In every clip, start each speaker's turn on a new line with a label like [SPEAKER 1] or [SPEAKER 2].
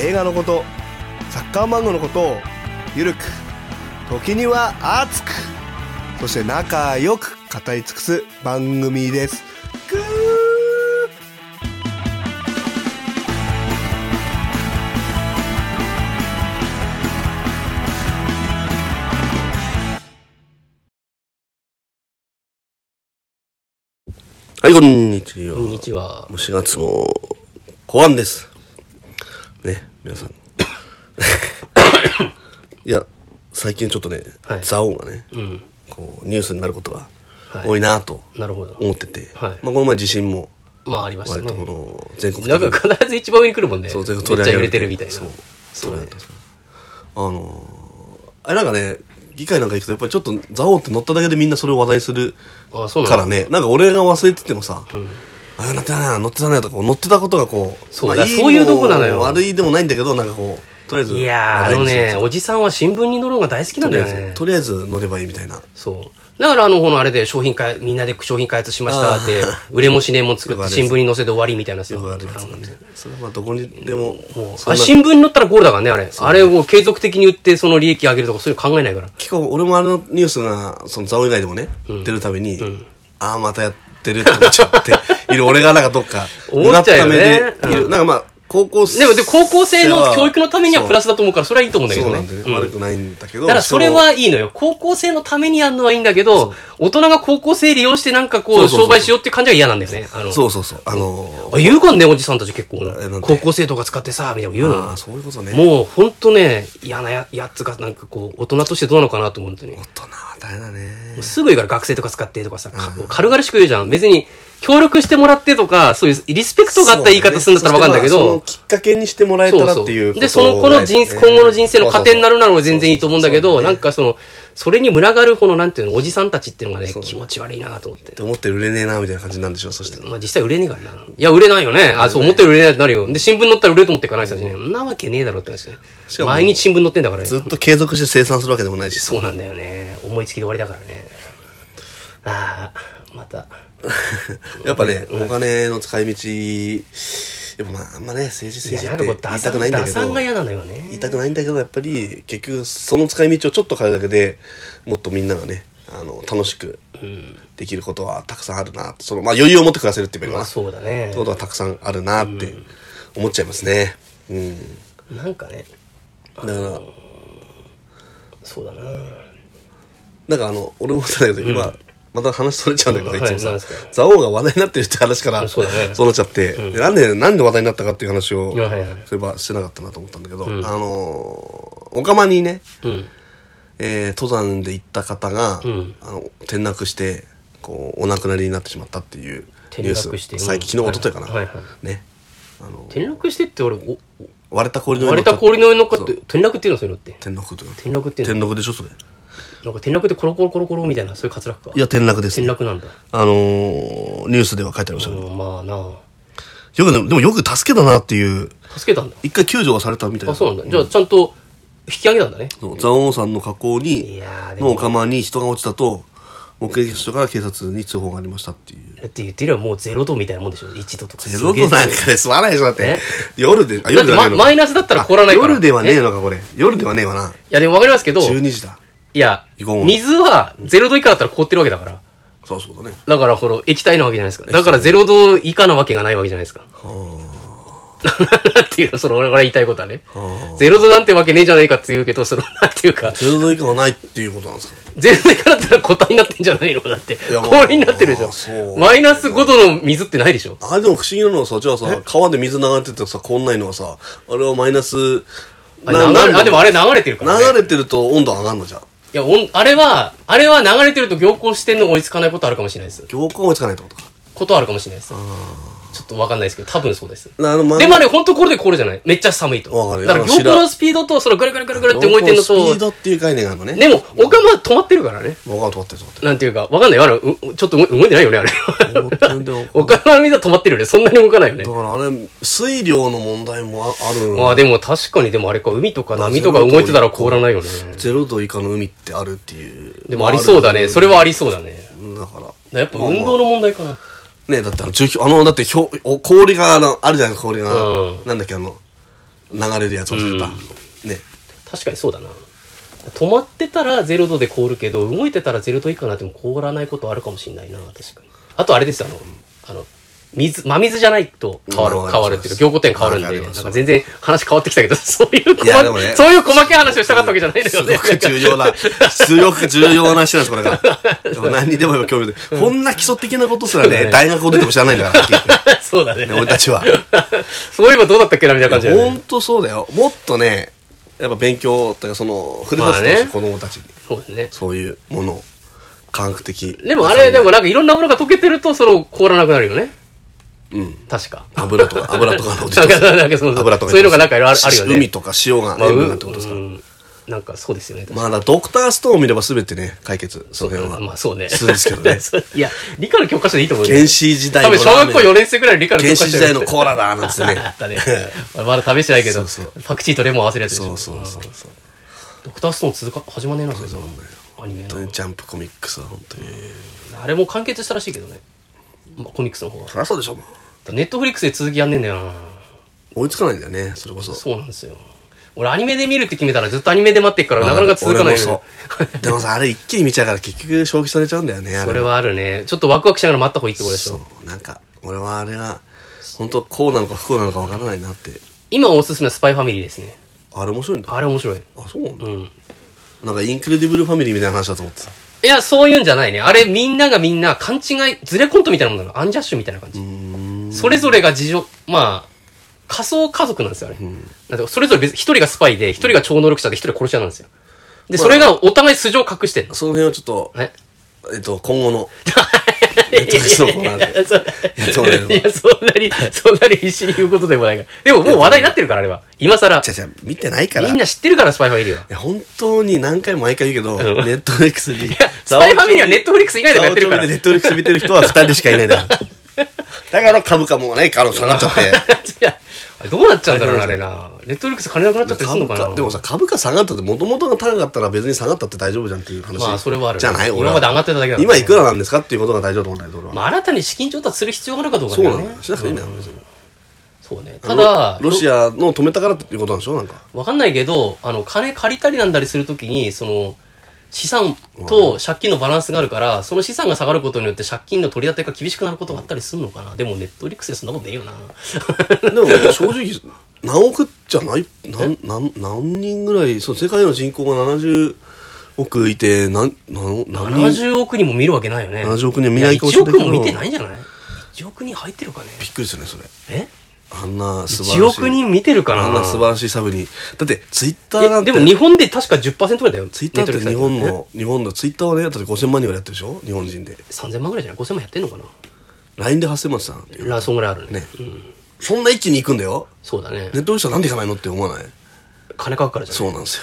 [SPEAKER 1] 映画のことサッカー漫画のことをゆるく時には熱くそして仲良く語り尽くす番組ですぐーはい、こんにちは。
[SPEAKER 2] こんにちは
[SPEAKER 1] もう。4月も後半です。ね、皆 さん。いや、最近ちょっとね、
[SPEAKER 2] はい
[SPEAKER 1] ザオがね、
[SPEAKER 2] うん。
[SPEAKER 1] こうニュースになることが
[SPEAKER 2] はい
[SPEAKER 1] 多いなと
[SPEAKER 2] なるほど。
[SPEAKER 1] 思ってて、
[SPEAKER 2] はい
[SPEAKER 1] まあ、この前地震も
[SPEAKER 2] まあ、ありました
[SPEAKER 1] 割とこ
[SPEAKER 2] ね。
[SPEAKER 1] の全国
[SPEAKER 2] なんか必ず一番上に来るもんね。
[SPEAKER 1] そう
[SPEAKER 2] め
[SPEAKER 1] 全
[SPEAKER 2] っ
[SPEAKER 1] 国
[SPEAKER 2] ち
[SPEAKER 1] 取り上
[SPEAKER 2] ゃ揺
[SPEAKER 1] げ
[SPEAKER 2] れ
[SPEAKER 1] る
[SPEAKER 2] てるみたいな。
[SPEAKER 1] そう
[SPEAKER 2] そうだった
[SPEAKER 1] あのーあれなんかね、議会なんか行くとやっぱりちょっとザオって乗っただけでみんなそれを話題する
[SPEAKER 2] あ、そうな
[SPEAKER 1] か
[SPEAKER 2] ん
[SPEAKER 1] ら
[SPEAKER 2] だ。
[SPEAKER 1] ね、なんか俺が忘れててもさ、あ、乗ってたな、乗ってたなとか、乗ってたことがこう、
[SPEAKER 2] そう
[SPEAKER 1] まあ
[SPEAKER 2] だそういうとこなのよ
[SPEAKER 1] いいも悪いでもないんだけど、なんかこう、とりあえず、
[SPEAKER 2] いやー、
[SPEAKER 1] 話
[SPEAKER 2] あ
[SPEAKER 1] 題
[SPEAKER 2] の
[SPEAKER 1] にし
[SPEAKER 2] ね、おじさんは新聞に乗るのが大好きなんだよ
[SPEAKER 1] てる
[SPEAKER 2] ね。
[SPEAKER 1] とりあえず乗ればいいみたいな。
[SPEAKER 2] そう。だから、あの、このあれで商品開、みんなで商品開発しましたって
[SPEAKER 1] あ、
[SPEAKER 2] 売れもしねえもん作
[SPEAKER 1] よく
[SPEAKER 2] っ
[SPEAKER 1] あ
[SPEAKER 2] て
[SPEAKER 1] るやつ
[SPEAKER 2] 新聞に載せて終わりみたいなさ
[SPEAKER 1] よくあるやつなんで。それはまあどこにでも、
[SPEAKER 2] もう
[SPEAKER 1] そんな
[SPEAKER 2] あ新聞に載ったらゴールだからね、あれ。あれを継続的に売って、その利益上げるとか、そういうの考えないから。
[SPEAKER 1] 結構俺もあのニュースが、その、ザオ以外でもね、出るたびに、ああ、またやってるって思っちゃ っている俺がなんかどっか、
[SPEAKER 2] 思っちゃうよね
[SPEAKER 1] うなった目でいる。なんかまあ、高校生
[SPEAKER 2] でも、で、高校生の教育のためにはプラ
[SPEAKER 1] ス
[SPEAKER 2] スだと思うから、それはいいと思うんだけ
[SPEAKER 1] そ
[SPEAKER 2] ど
[SPEAKER 1] うな
[SPEAKER 2] ね
[SPEAKER 1] んだよ。
[SPEAKER 2] うん
[SPEAKER 1] ね。悪くないんだけど。
[SPEAKER 2] だからそれはいいのよ。高校生のためにやるのはいいんだけど、大人が高校生利用してなんか
[SPEAKER 1] そ
[SPEAKER 2] こ
[SPEAKER 1] う
[SPEAKER 2] う、
[SPEAKER 1] そうそう
[SPEAKER 2] 商売しようって感じは嫌なんだよね。あの、
[SPEAKER 1] そうそうそう。あのー、
[SPEAKER 2] あ言うかんね、おじさんたち結構
[SPEAKER 1] えなん。て
[SPEAKER 2] 高校生とか使ってさ、みたいなこと言う
[SPEAKER 1] ああ、
[SPEAKER 2] の。
[SPEAKER 1] そういうことね。
[SPEAKER 2] もうほんとね、嫌なややつがなんかこう、大人としてどうなのかなと思うんだよね
[SPEAKER 1] 大。人は大変だね。
[SPEAKER 2] すぐいいから学生とか使ってとかさ、か軽々しく言うじゃん。別に、協力してもらってとか、そういうリスペクトがあった言い方するんだったらわかるんだけ
[SPEAKER 1] そうね
[SPEAKER 2] ど、
[SPEAKER 1] そのきっかけにしてもらえたらっていうこと
[SPEAKER 2] で、その子の人生、今後の人生の糧になるなら俺全然いいと思うんだけど、な
[SPEAKER 1] か。
[SPEAKER 2] んかその、それに群がるこの、なんていうの、おじさんたちっていうのがね、
[SPEAKER 1] そうそう
[SPEAKER 2] 気持ち悪いなと思って
[SPEAKER 1] っ。て思ってる売れねえなみたいな感じなんでしょう、そして。
[SPEAKER 2] まあ実際売れねえからな。いや、売れないよね。あ、そう思ってる売れないってなるよ。で、新聞載ったら売れると思っていかない人たちね。そんなわけねえだろって話ね
[SPEAKER 1] しか。も
[SPEAKER 2] 毎日新聞載ってんだからね。
[SPEAKER 1] ずっと継続して生産するわけでもないし。
[SPEAKER 2] そうなんだよね。思いつきで終わりだからね。ああ、また。
[SPEAKER 1] やっぱね、お金の使い道、やっぱまあ、あんまね、政治
[SPEAKER 2] い
[SPEAKER 1] 政
[SPEAKER 2] や、
[SPEAKER 1] 治
[SPEAKER 2] な
[SPEAKER 1] っ
[SPEAKER 2] んかこ
[SPEAKER 1] て
[SPEAKER 2] う、
[SPEAKER 1] 言
[SPEAKER 2] 打
[SPEAKER 1] いたくない
[SPEAKER 2] 算
[SPEAKER 1] んだ
[SPEAKER 2] 打
[SPEAKER 1] け
[SPEAKER 2] 算
[SPEAKER 1] ど
[SPEAKER 2] が、嫌なのよね。
[SPEAKER 1] 言いたくないんだけど、やっぱり結局その使い道をちょっと変えるだけでもっとみんながね、あの、楽しくできることはたくさんあるなと。その、まあ余裕を持って暮らせるって言えばいいの
[SPEAKER 2] まあ
[SPEAKER 1] かな。
[SPEAKER 2] そうだね
[SPEAKER 1] って。ことはたくさんあるなって思っちゃいますね。うん。
[SPEAKER 2] なんかね、
[SPEAKER 1] だから、
[SPEAKER 2] そうだな。
[SPEAKER 1] なんかあの、俺もそうだけど、今、また話それちゃうんだけど、
[SPEAKER 2] うん
[SPEAKER 1] いつ
[SPEAKER 2] はいな
[SPEAKER 1] も
[SPEAKER 2] ん
[SPEAKER 1] さ
[SPEAKER 2] ですか、
[SPEAKER 1] 蔵王が話題になってるって話から、
[SPEAKER 2] そうだね
[SPEAKER 1] なっちゃって、でなんで、なんで話題になったかっていう話を、
[SPEAKER 2] いやはいはい
[SPEAKER 1] そういえばしてなかったなと思ったんだけど、あのー、お釜にね、
[SPEAKER 2] うん。
[SPEAKER 1] えー登山で行った方が、
[SPEAKER 2] ん
[SPEAKER 1] あの転落してこうお亡くなりになってしまったっていうニュース
[SPEAKER 2] 転落してうん
[SPEAKER 1] 最近昨日一昨日かな、
[SPEAKER 2] はいはいは
[SPEAKER 1] ねあの
[SPEAKER 2] 転落してって俺、お
[SPEAKER 1] 割れた氷の
[SPEAKER 2] 割れた氷の上に乗っかって、転落っていうのそういうのって。
[SPEAKER 1] 転落というの
[SPEAKER 2] 転落っていうの
[SPEAKER 1] 転落でしょそれ
[SPEAKER 2] なんか転落でコロコロコロコロみたいな、そういう滑落か。
[SPEAKER 1] いや、転落です、
[SPEAKER 2] 転
[SPEAKER 1] ね。
[SPEAKER 2] 落なんだ。
[SPEAKER 1] あのーニュースでは書いてありました
[SPEAKER 2] う
[SPEAKER 1] けど、
[SPEAKER 2] ん、まあな
[SPEAKER 1] よくでも、でもよく助けたなっていう、
[SPEAKER 2] 助けたんだ。
[SPEAKER 1] 一回救助はされたみたいな。
[SPEAKER 2] あ、そうなんだ。じゃあ、ちゃんと引き上げたんだね。
[SPEAKER 1] そう蔵王山の河口に
[SPEAKER 2] いやー、で
[SPEAKER 1] の
[SPEAKER 2] も
[SPEAKER 1] お釜に人が落ちたと、目撃者から警察に通報がありましたっていう。
[SPEAKER 2] だって言ってるよ、もうゼロ度みたいなもんでしょ。一度とか。
[SPEAKER 1] ゼロ度なんかで済まないでしょ、だって
[SPEAKER 2] え。
[SPEAKER 1] 夜で、あ、
[SPEAKER 2] だっ
[SPEAKER 1] 夜
[SPEAKER 2] て、
[SPEAKER 1] じゃない
[SPEAKER 2] ま、
[SPEAKER 1] のか。
[SPEAKER 2] マイナスだったら凍らないか
[SPEAKER 1] あ
[SPEAKER 2] ら。
[SPEAKER 1] 夜ではね
[SPEAKER 2] え
[SPEAKER 1] え
[SPEAKER 2] い
[SPEAKER 1] のか、これ。夜ではねえわな。
[SPEAKER 2] や、でもわかりますけど、い
[SPEAKER 1] 12時だ。
[SPEAKER 2] や、
[SPEAKER 1] 行こう
[SPEAKER 2] 水はゼロ度以下だったら凍ってるわけだから。
[SPEAKER 1] そうそうだね。
[SPEAKER 2] だから、この液体なわけじゃないですか。だから、ゼロ度以下なわけがないわけじゃないですか。っていう、その、俺が言いたいことはね。ゼロ度なんてわけねえじゃないかって言うけど、その、なんていうか、
[SPEAKER 1] 10度以下はないっていうことなんですか。
[SPEAKER 2] 全然からだったら個体になってんじゃないのだって
[SPEAKER 1] いや。もう
[SPEAKER 2] 氷になってるでし
[SPEAKER 1] そう
[SPEAKER 2] ょ。マイナス5度の水ってないでしょ。
[SPEAKER 1] あ、でも不思議なのはさ、じゃあさ、川で水流れててさ、凍んないのはさ、あれはマイナス、
[SPEAKER 2] あれ流れあ、でもあれ流れてるからね。
[SPEAKER 1] 流れてると温度上がるのじゃん。
[SPEAKER 2] いや、おんあれは、あれは流れてると凝固してんのが追いつかないことあるかもしれないです。
[SPEAKER 1] 凝固が追いつかないってことか。
[SPEAKER 2] ことあるかもしれないです。ちょっとわかんないですけど、多分そうです。
[SPEAKER 1] あの、ま
[SPEAKER 2] でもあれ、本当これでこれじゃない。めっちゃ寒いと。
[SPEAKER 1] わかる
[SPEAKER 2] だから、
[SPEAKER 1] あの知ら
[SPEAKER 2] 横のスピードと、そのぐるぐるぐるぐるって動いてるの
[SPEAKER 1] スピー
[SPEAKER 2] と、
[SPEAKER 1] ドっていう概念があるのね。
[SPEAKER 2] でも、おかま止まってるからね。
[SPEAKER 1] わかる、止まってる、止まってる。
[SPEAKER 2] なんていうか、わかんない。あれ、うちょっと動い動いてないよね、あれ。
[SPEAKER 1] 全然
[SPEAKER 2] おかまの水止まってるよね。そんなに動かないよね
[SPEAKER 1] だ。からあれ、水量の問題もあある
[SPEAKER 2] まあでも確かにでもあれか、海とか波とか動いてたら凍らないよね。
[SPEAKER 1] ゼロ度以下の海ってあるっていう。
[SPEAKER 2] でもありそうだね。それはありそうだね。
[SPEAKER 1] だから。
[SPEAKER 2] やっぱ運動の問題かな。
[SPEAKER 1] ねだってあの、中級、あの、だって氷、お氷があの、あるじゃない氷が、
[SPEAKER 2] うん
[SPEAKER 1] なんだっけ、あの、流れるやつを作った。ね。
[SPEAKER 2] 確かにそうだな。止まってたら0度で凍るけど、動いてたら0度以下になっても凍らないことあるかもしれないな、確かに。あとあれですよ、あの、あの、水、真水じゃないと変わる、
[SPEAKER 1] うん
[SPEAKER 2] 変わるっていうか、凝固点変わるん
[SPEAKER 1] わか
[SPEAKER 2] で、
[SPEAKER 1] り
[SPEAKER 2] な
[SPEAKER 1] ま
[SPEAKER 2] ん
[SPEAKER 1] す
[SPEAKER 2] か全然話変わってきたけど、そういう
[SPEAKER 1] いや
[SPEAKER 2] 細
[SPEAKER 1] でも
[SPEAKER 2] かい、
[SPEAKER 1] ね
[SPEAKER 2] そういう細かい話をしたかったわけじゃないの
[SPEAKER 1] す
[SPEAKER 2] よ
[SPEAKER 1] ご
[SPEAKER 2] ね。
[SPEAKER 1] く重要な、すごく重要な話なんです、これが。でも何にでも今興味で。こんな基礎的なことすらね、大学を出ても知らないんだから、結局
[SPEAKER 2] そうだ ね。
[SPEAKER 1] ね俺たちは。
[SPEAKER 2] そういえばどうだったっけな、みたいな感じだ
[SPEAKER 1] ほ
[SPEAKER 2] よね。
[SPEAKER 1] んとそうだよ。もっとね、やっぱ勉強とか、その、振り出してほしい、
[SPEAKER 2] まあね
[SPEAKER 1] 子供たちに。
[SPEAKER 2] そうですね。
[SPEAKER 1] そういうものを、感覚的。
[SPEAKER 2] でもあれ、でもなんかいろんなものが溶けてると、その、凍らなくなるよね。
[SPEAKER 1] うん。
[SPEAKER 2] 確か。
[SPEAKER 1] 油とか、油とかの
[SPEAKER 2] なんかなん かそうそう
[SPEAKER 1] 油とか。
[SPEAKER 2] そういうのがなんかいろいろあるよね
[SPEAKER 1] 海とか塩が、
[SPEAKER 2] まあ、
[SPEAKER 1] 塩
[SPEAKER 2] う
[SPEAKER 1] 分
[SPEAKER 2] ん
[SPEAKER 1] がってことですから。
[SPEAKER 2] なんかそうですよね。
[SPEAKER 1] まあだ、ドクターストーンを見れば全てね、解決、その辺は。
[SPEAKER 2] まあそうね。。
[SPEAKER 1] するんですけどね
[SPEAKER 2] そう いや、理科の教科書でいいと思うよ
[SPEAKER 1] 原始時代
[SPEAKER 2] 多
[SPEAKER 1] の
[SPEAKER 2] 分小学校4年生ぐらいの理科の教科
[SPEAKER 1] 原
[SPEAKER 2] 書
[SPEAKER 1] 始時代の
[SPEAKER 2] コ
[SPEAKER 1] コーラだ、なんつってね。
[SPEAKER 2] あったね。 まだ試してないけど
[SPEAKER 1] そうそう、
[SPEAKER 2] パクチーとレモン合わせるやつでし
[SPEAKER 1] そ
[SPEAKER 2] ょ。
[SPEAKER 1] うそうそう
[SPEAKER 2] うん。ドクターストーン続か、始まんねえな、それアニメの
[SPEAKER 1] 本当にジャンプコミックスは本当に。
[SPEAKER 2] あれも完結したらしいけどね。まあコミックスの方は。
[SPEAKER 1] そりゃそうでしょ、も
[SPEAKER 2] ネットフリックスで続きやんねえんだよな。
[SPEAKER 1] う追いつかないんだよね、それこそ。
[SPEAKER 2] そうなんですよ。俺アニメで見るって決めたらずっとアニメで待ってっからなかなか続かないよ
[SPEAKER 1] 俺もそう。でもさ、あれ一気に見ちゃうから結局消費されちゃうんだよね、あ
[SPEAKER 2] それ
[SPEAKER 1] れ。
[SPEAKER 2] はあるね。ちょっとワクワクしながら待った方がいいってことでし
[SPEAKER 1] そ
[SPEAKER 2] ょ。
[SPEAKER 1] う。なんか、俺はあれが、本当こうなのか不幸なのかわからないなって。
[SPEAKER 2] 今おすすめはスパイファミリーですね。
[SPEAKER 1] あれ面白いんだ。
[SPEAKER 2] あれ面白い。
[SPEAKER 1] あ、そうなんだ
[SPEAKER 2] う。ん。
[SPEAKER 1] なんかインクレディブルファミリーみたいな話だと思ってた。
[SPEAKER 2] いや、そういうんじゃないね。あれみんながみんな勘違い、ズレコントみたいなもんなの。アンジャッシュみたいな感じ。それぞれが事情、まあ、仮想家族なんですよ、あれ。だってそれぞれ別、一人がスパイで、一人が超能力者で、一人殺し屋なんですよ。で、それがお互い素性を隠してんの。
[SPEAKER 1] その辺はちょっと、
[SPEAKER 2] え
[SPEAKER 1] えっと、今後 の、ネットフリックスのコーナーで。
[SPEAKER 2] そう
[SPEAKER 1] やってもらえれば
[SPEAKER 2] いや、そんなに、そんなに必死に言うことでもないから。でももう話題になってるから、あれは。今更。
[SPEAKER 1] ちゃちゃ、見てないから。
[SPEAKER 2] みん
[SPEAKER 1] い
[SPEAKER 2] な知ってるから、スパイファミリーは。
[SPEAKER 1] や本当に何回も毎回言うけど、
[SPEAKER 2] ん
[SPEAKER 1] ネットフリックスに。
[SPEAKER 2] スパイファミリーはネットフリックス以外でもやってるから
[SPEAKER 1] ネットフリックス見てる人は二人しかいない だろう。だから株価もね、あの下がっちゃって。
[SPEAKER 2] いや、あれどうなっちゃうんだろうな、あれな。ネットフリックス金なくなっちゃったりするの
[SPEAKER 1] 株
[SPEAKER 2] かな。
[SPEAKER 1] 価でもさ、株価下がったって、もともとが高かったら別に下がったって大丈夫じゃんっていう話。
[SPEAKER 2] まあそれはある
[SPEAKER 1] じゃない俺は
[SPEAKER 2] 今まで上がってただけだから
[SPEAKER 1] 今いくらなんですかっていうことが大丈夫と思うんだよ、俺は。
[SPEAKER 2] まあ、新たに資金調達する必要があるかどうか
[SPEAKER 1] そう
[SPEAKER 2] だよ
[SPEAKER 1] な
[SPEAKER 2] ね。
[SPEAKER 1] んだよ。しなくていいんだよ、別に。
[SPEAKER 2] そうね。ただ、
[SPEAKER 1] ロロシアの止めたからっていうことなんでしょなんか。
[SPEAKER 2] わかんないけど、あの、金借りたりなんだりするときに、その、資産と借金のバランスがあるから、その資産が下がることによって借金の取り立てが厳しくなることがあったりするのかな。でも、ネットリックスでそんなことねえよ
[SPEAKER 1] で
[SPEAKER 2] な。
[SPEAKER 1] も正直、何億じゃない、なん、なん、何人ぐらい、そう、世界の人口が70億いて、なん、なん、何人
[SPEAKER 2] 70億人も見るわけないよね。
[SPEAKER 1] 70億人見ないかもしれ
[SPEAKER 2] 1
[SPEAKER 1] ないけ
[SPEAKER 2] 億
[SPEAKER 1] ど
[SPEAKER 2] も見てないんじゃない ?1 億人入ってるかね。
[SPEAKER 1] びっくりするね、それ。
[SPEAKER 2] え
[SPEAKER 1] あんな素晴
[SPEAKER 2] ?1
[SPEAKER 1] らしい。
[SPEAKER 2] 億人見てるかな
[SPEAKER 1] あんな素晴らしいサブに。だって、ツイッターなん
[SPEAKER 2] え
[SPEAKER 1] て、
[SPEAKER 2] でも日本で確か10%ぐらいだよ。
[SPEAKER 1] ツイッターって日本
[SPEAKER 2] ネット
[SPEAKER 1] の、日本のツイッターはね、だって5000万人ぐらいやってるでしょ日本人で。
[SPEAKER 2] リックスだってね3000万ぐらいじゃない ?5000 万やってんのかな
[SPEAKER 1] LINE で8000万したん
[SPEAKER 2] ラソンぐらいあるね。
[SPEAKER 1] ね。そんな一気に行くんだよ。
[SPEAKER 2] そうだね
[SPEAKER 1] ネ。ットの人はなんで行かないのって思わない
[SPEAKER 2] 金かかるからじゃ
[SPEAKER 1] そうなんですよ。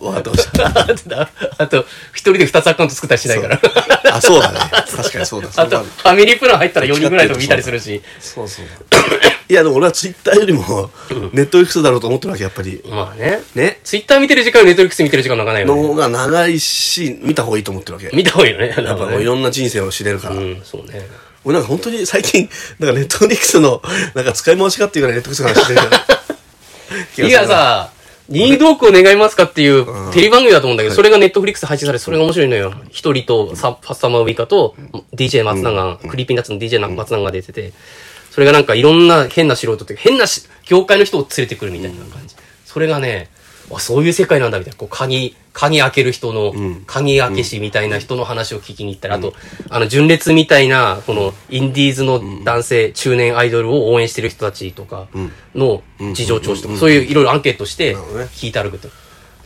[SPEAKER 1] わかってました。
[SPEAKER 2] ない。 あと、一人で二つアカウント作ったりしないから。
[SPEAKER 1] あ、そう だね。確かにそうだ。そ
[SPEAKER 2] あ
[SPEAKER 1] うだ
[SPEAKER 2] と、ファミリープラン入ったら4人ぐらいとか見たりするし。
[SPEAKER 1] そうそうだ。いや、でも俺はツイッターよりも、ネットフリックスだろうと思ってるわけ、やっぱり。
[SPEAKER 2] まあね。
[SPEAKER 1] ね。
[SPEAKER 2] ツイッター見てる時間よりネットリックス見てる時間なかない
[SPEAKER 1] の
[SPEAKER 2] よね。
[SPEAKER 1] 方が長いし、見た方がいいと思ってるわけ。
[SPEAKER 2] 見た方がいいよね。や
[SPEAKER 1] やっぱもういろんな人生を知れるから。
[SPEAKER 2] うん、そうね。
[SPEAKER 1] 俺なんか本当に最近、なんかネットフリックスの、なんか使い回しかっていうぐらいネットフリックスの話してるから。
[SPEAKER 2] いやさ、任意同行願いますかっていうテレビ番組だと思うんだけど、それがネットフリックス配信されて、それが面白いのよ。一人とサ、パスタマウイカと、DJ 松永、クリーピーナッツの DJ 松永が出てて、それがなんかいろんな変な素人っていうか、変なし業界の人を連れてくるみたいな感じ。それがね、あそういう世界なんだみたいな。こう、鍵、鍵開ける人の、鍵開け師みたいな人の話を聞きに行ったり、あと、あの、純烈みたいな、この、インディーズの男性、中年アイドルを応援してる人たちとかの事情聴取とか、そういういろいろアンケートして
[SPEAKER 1] なるほどね
[SPEAKER 2] 聞いて歩くと。で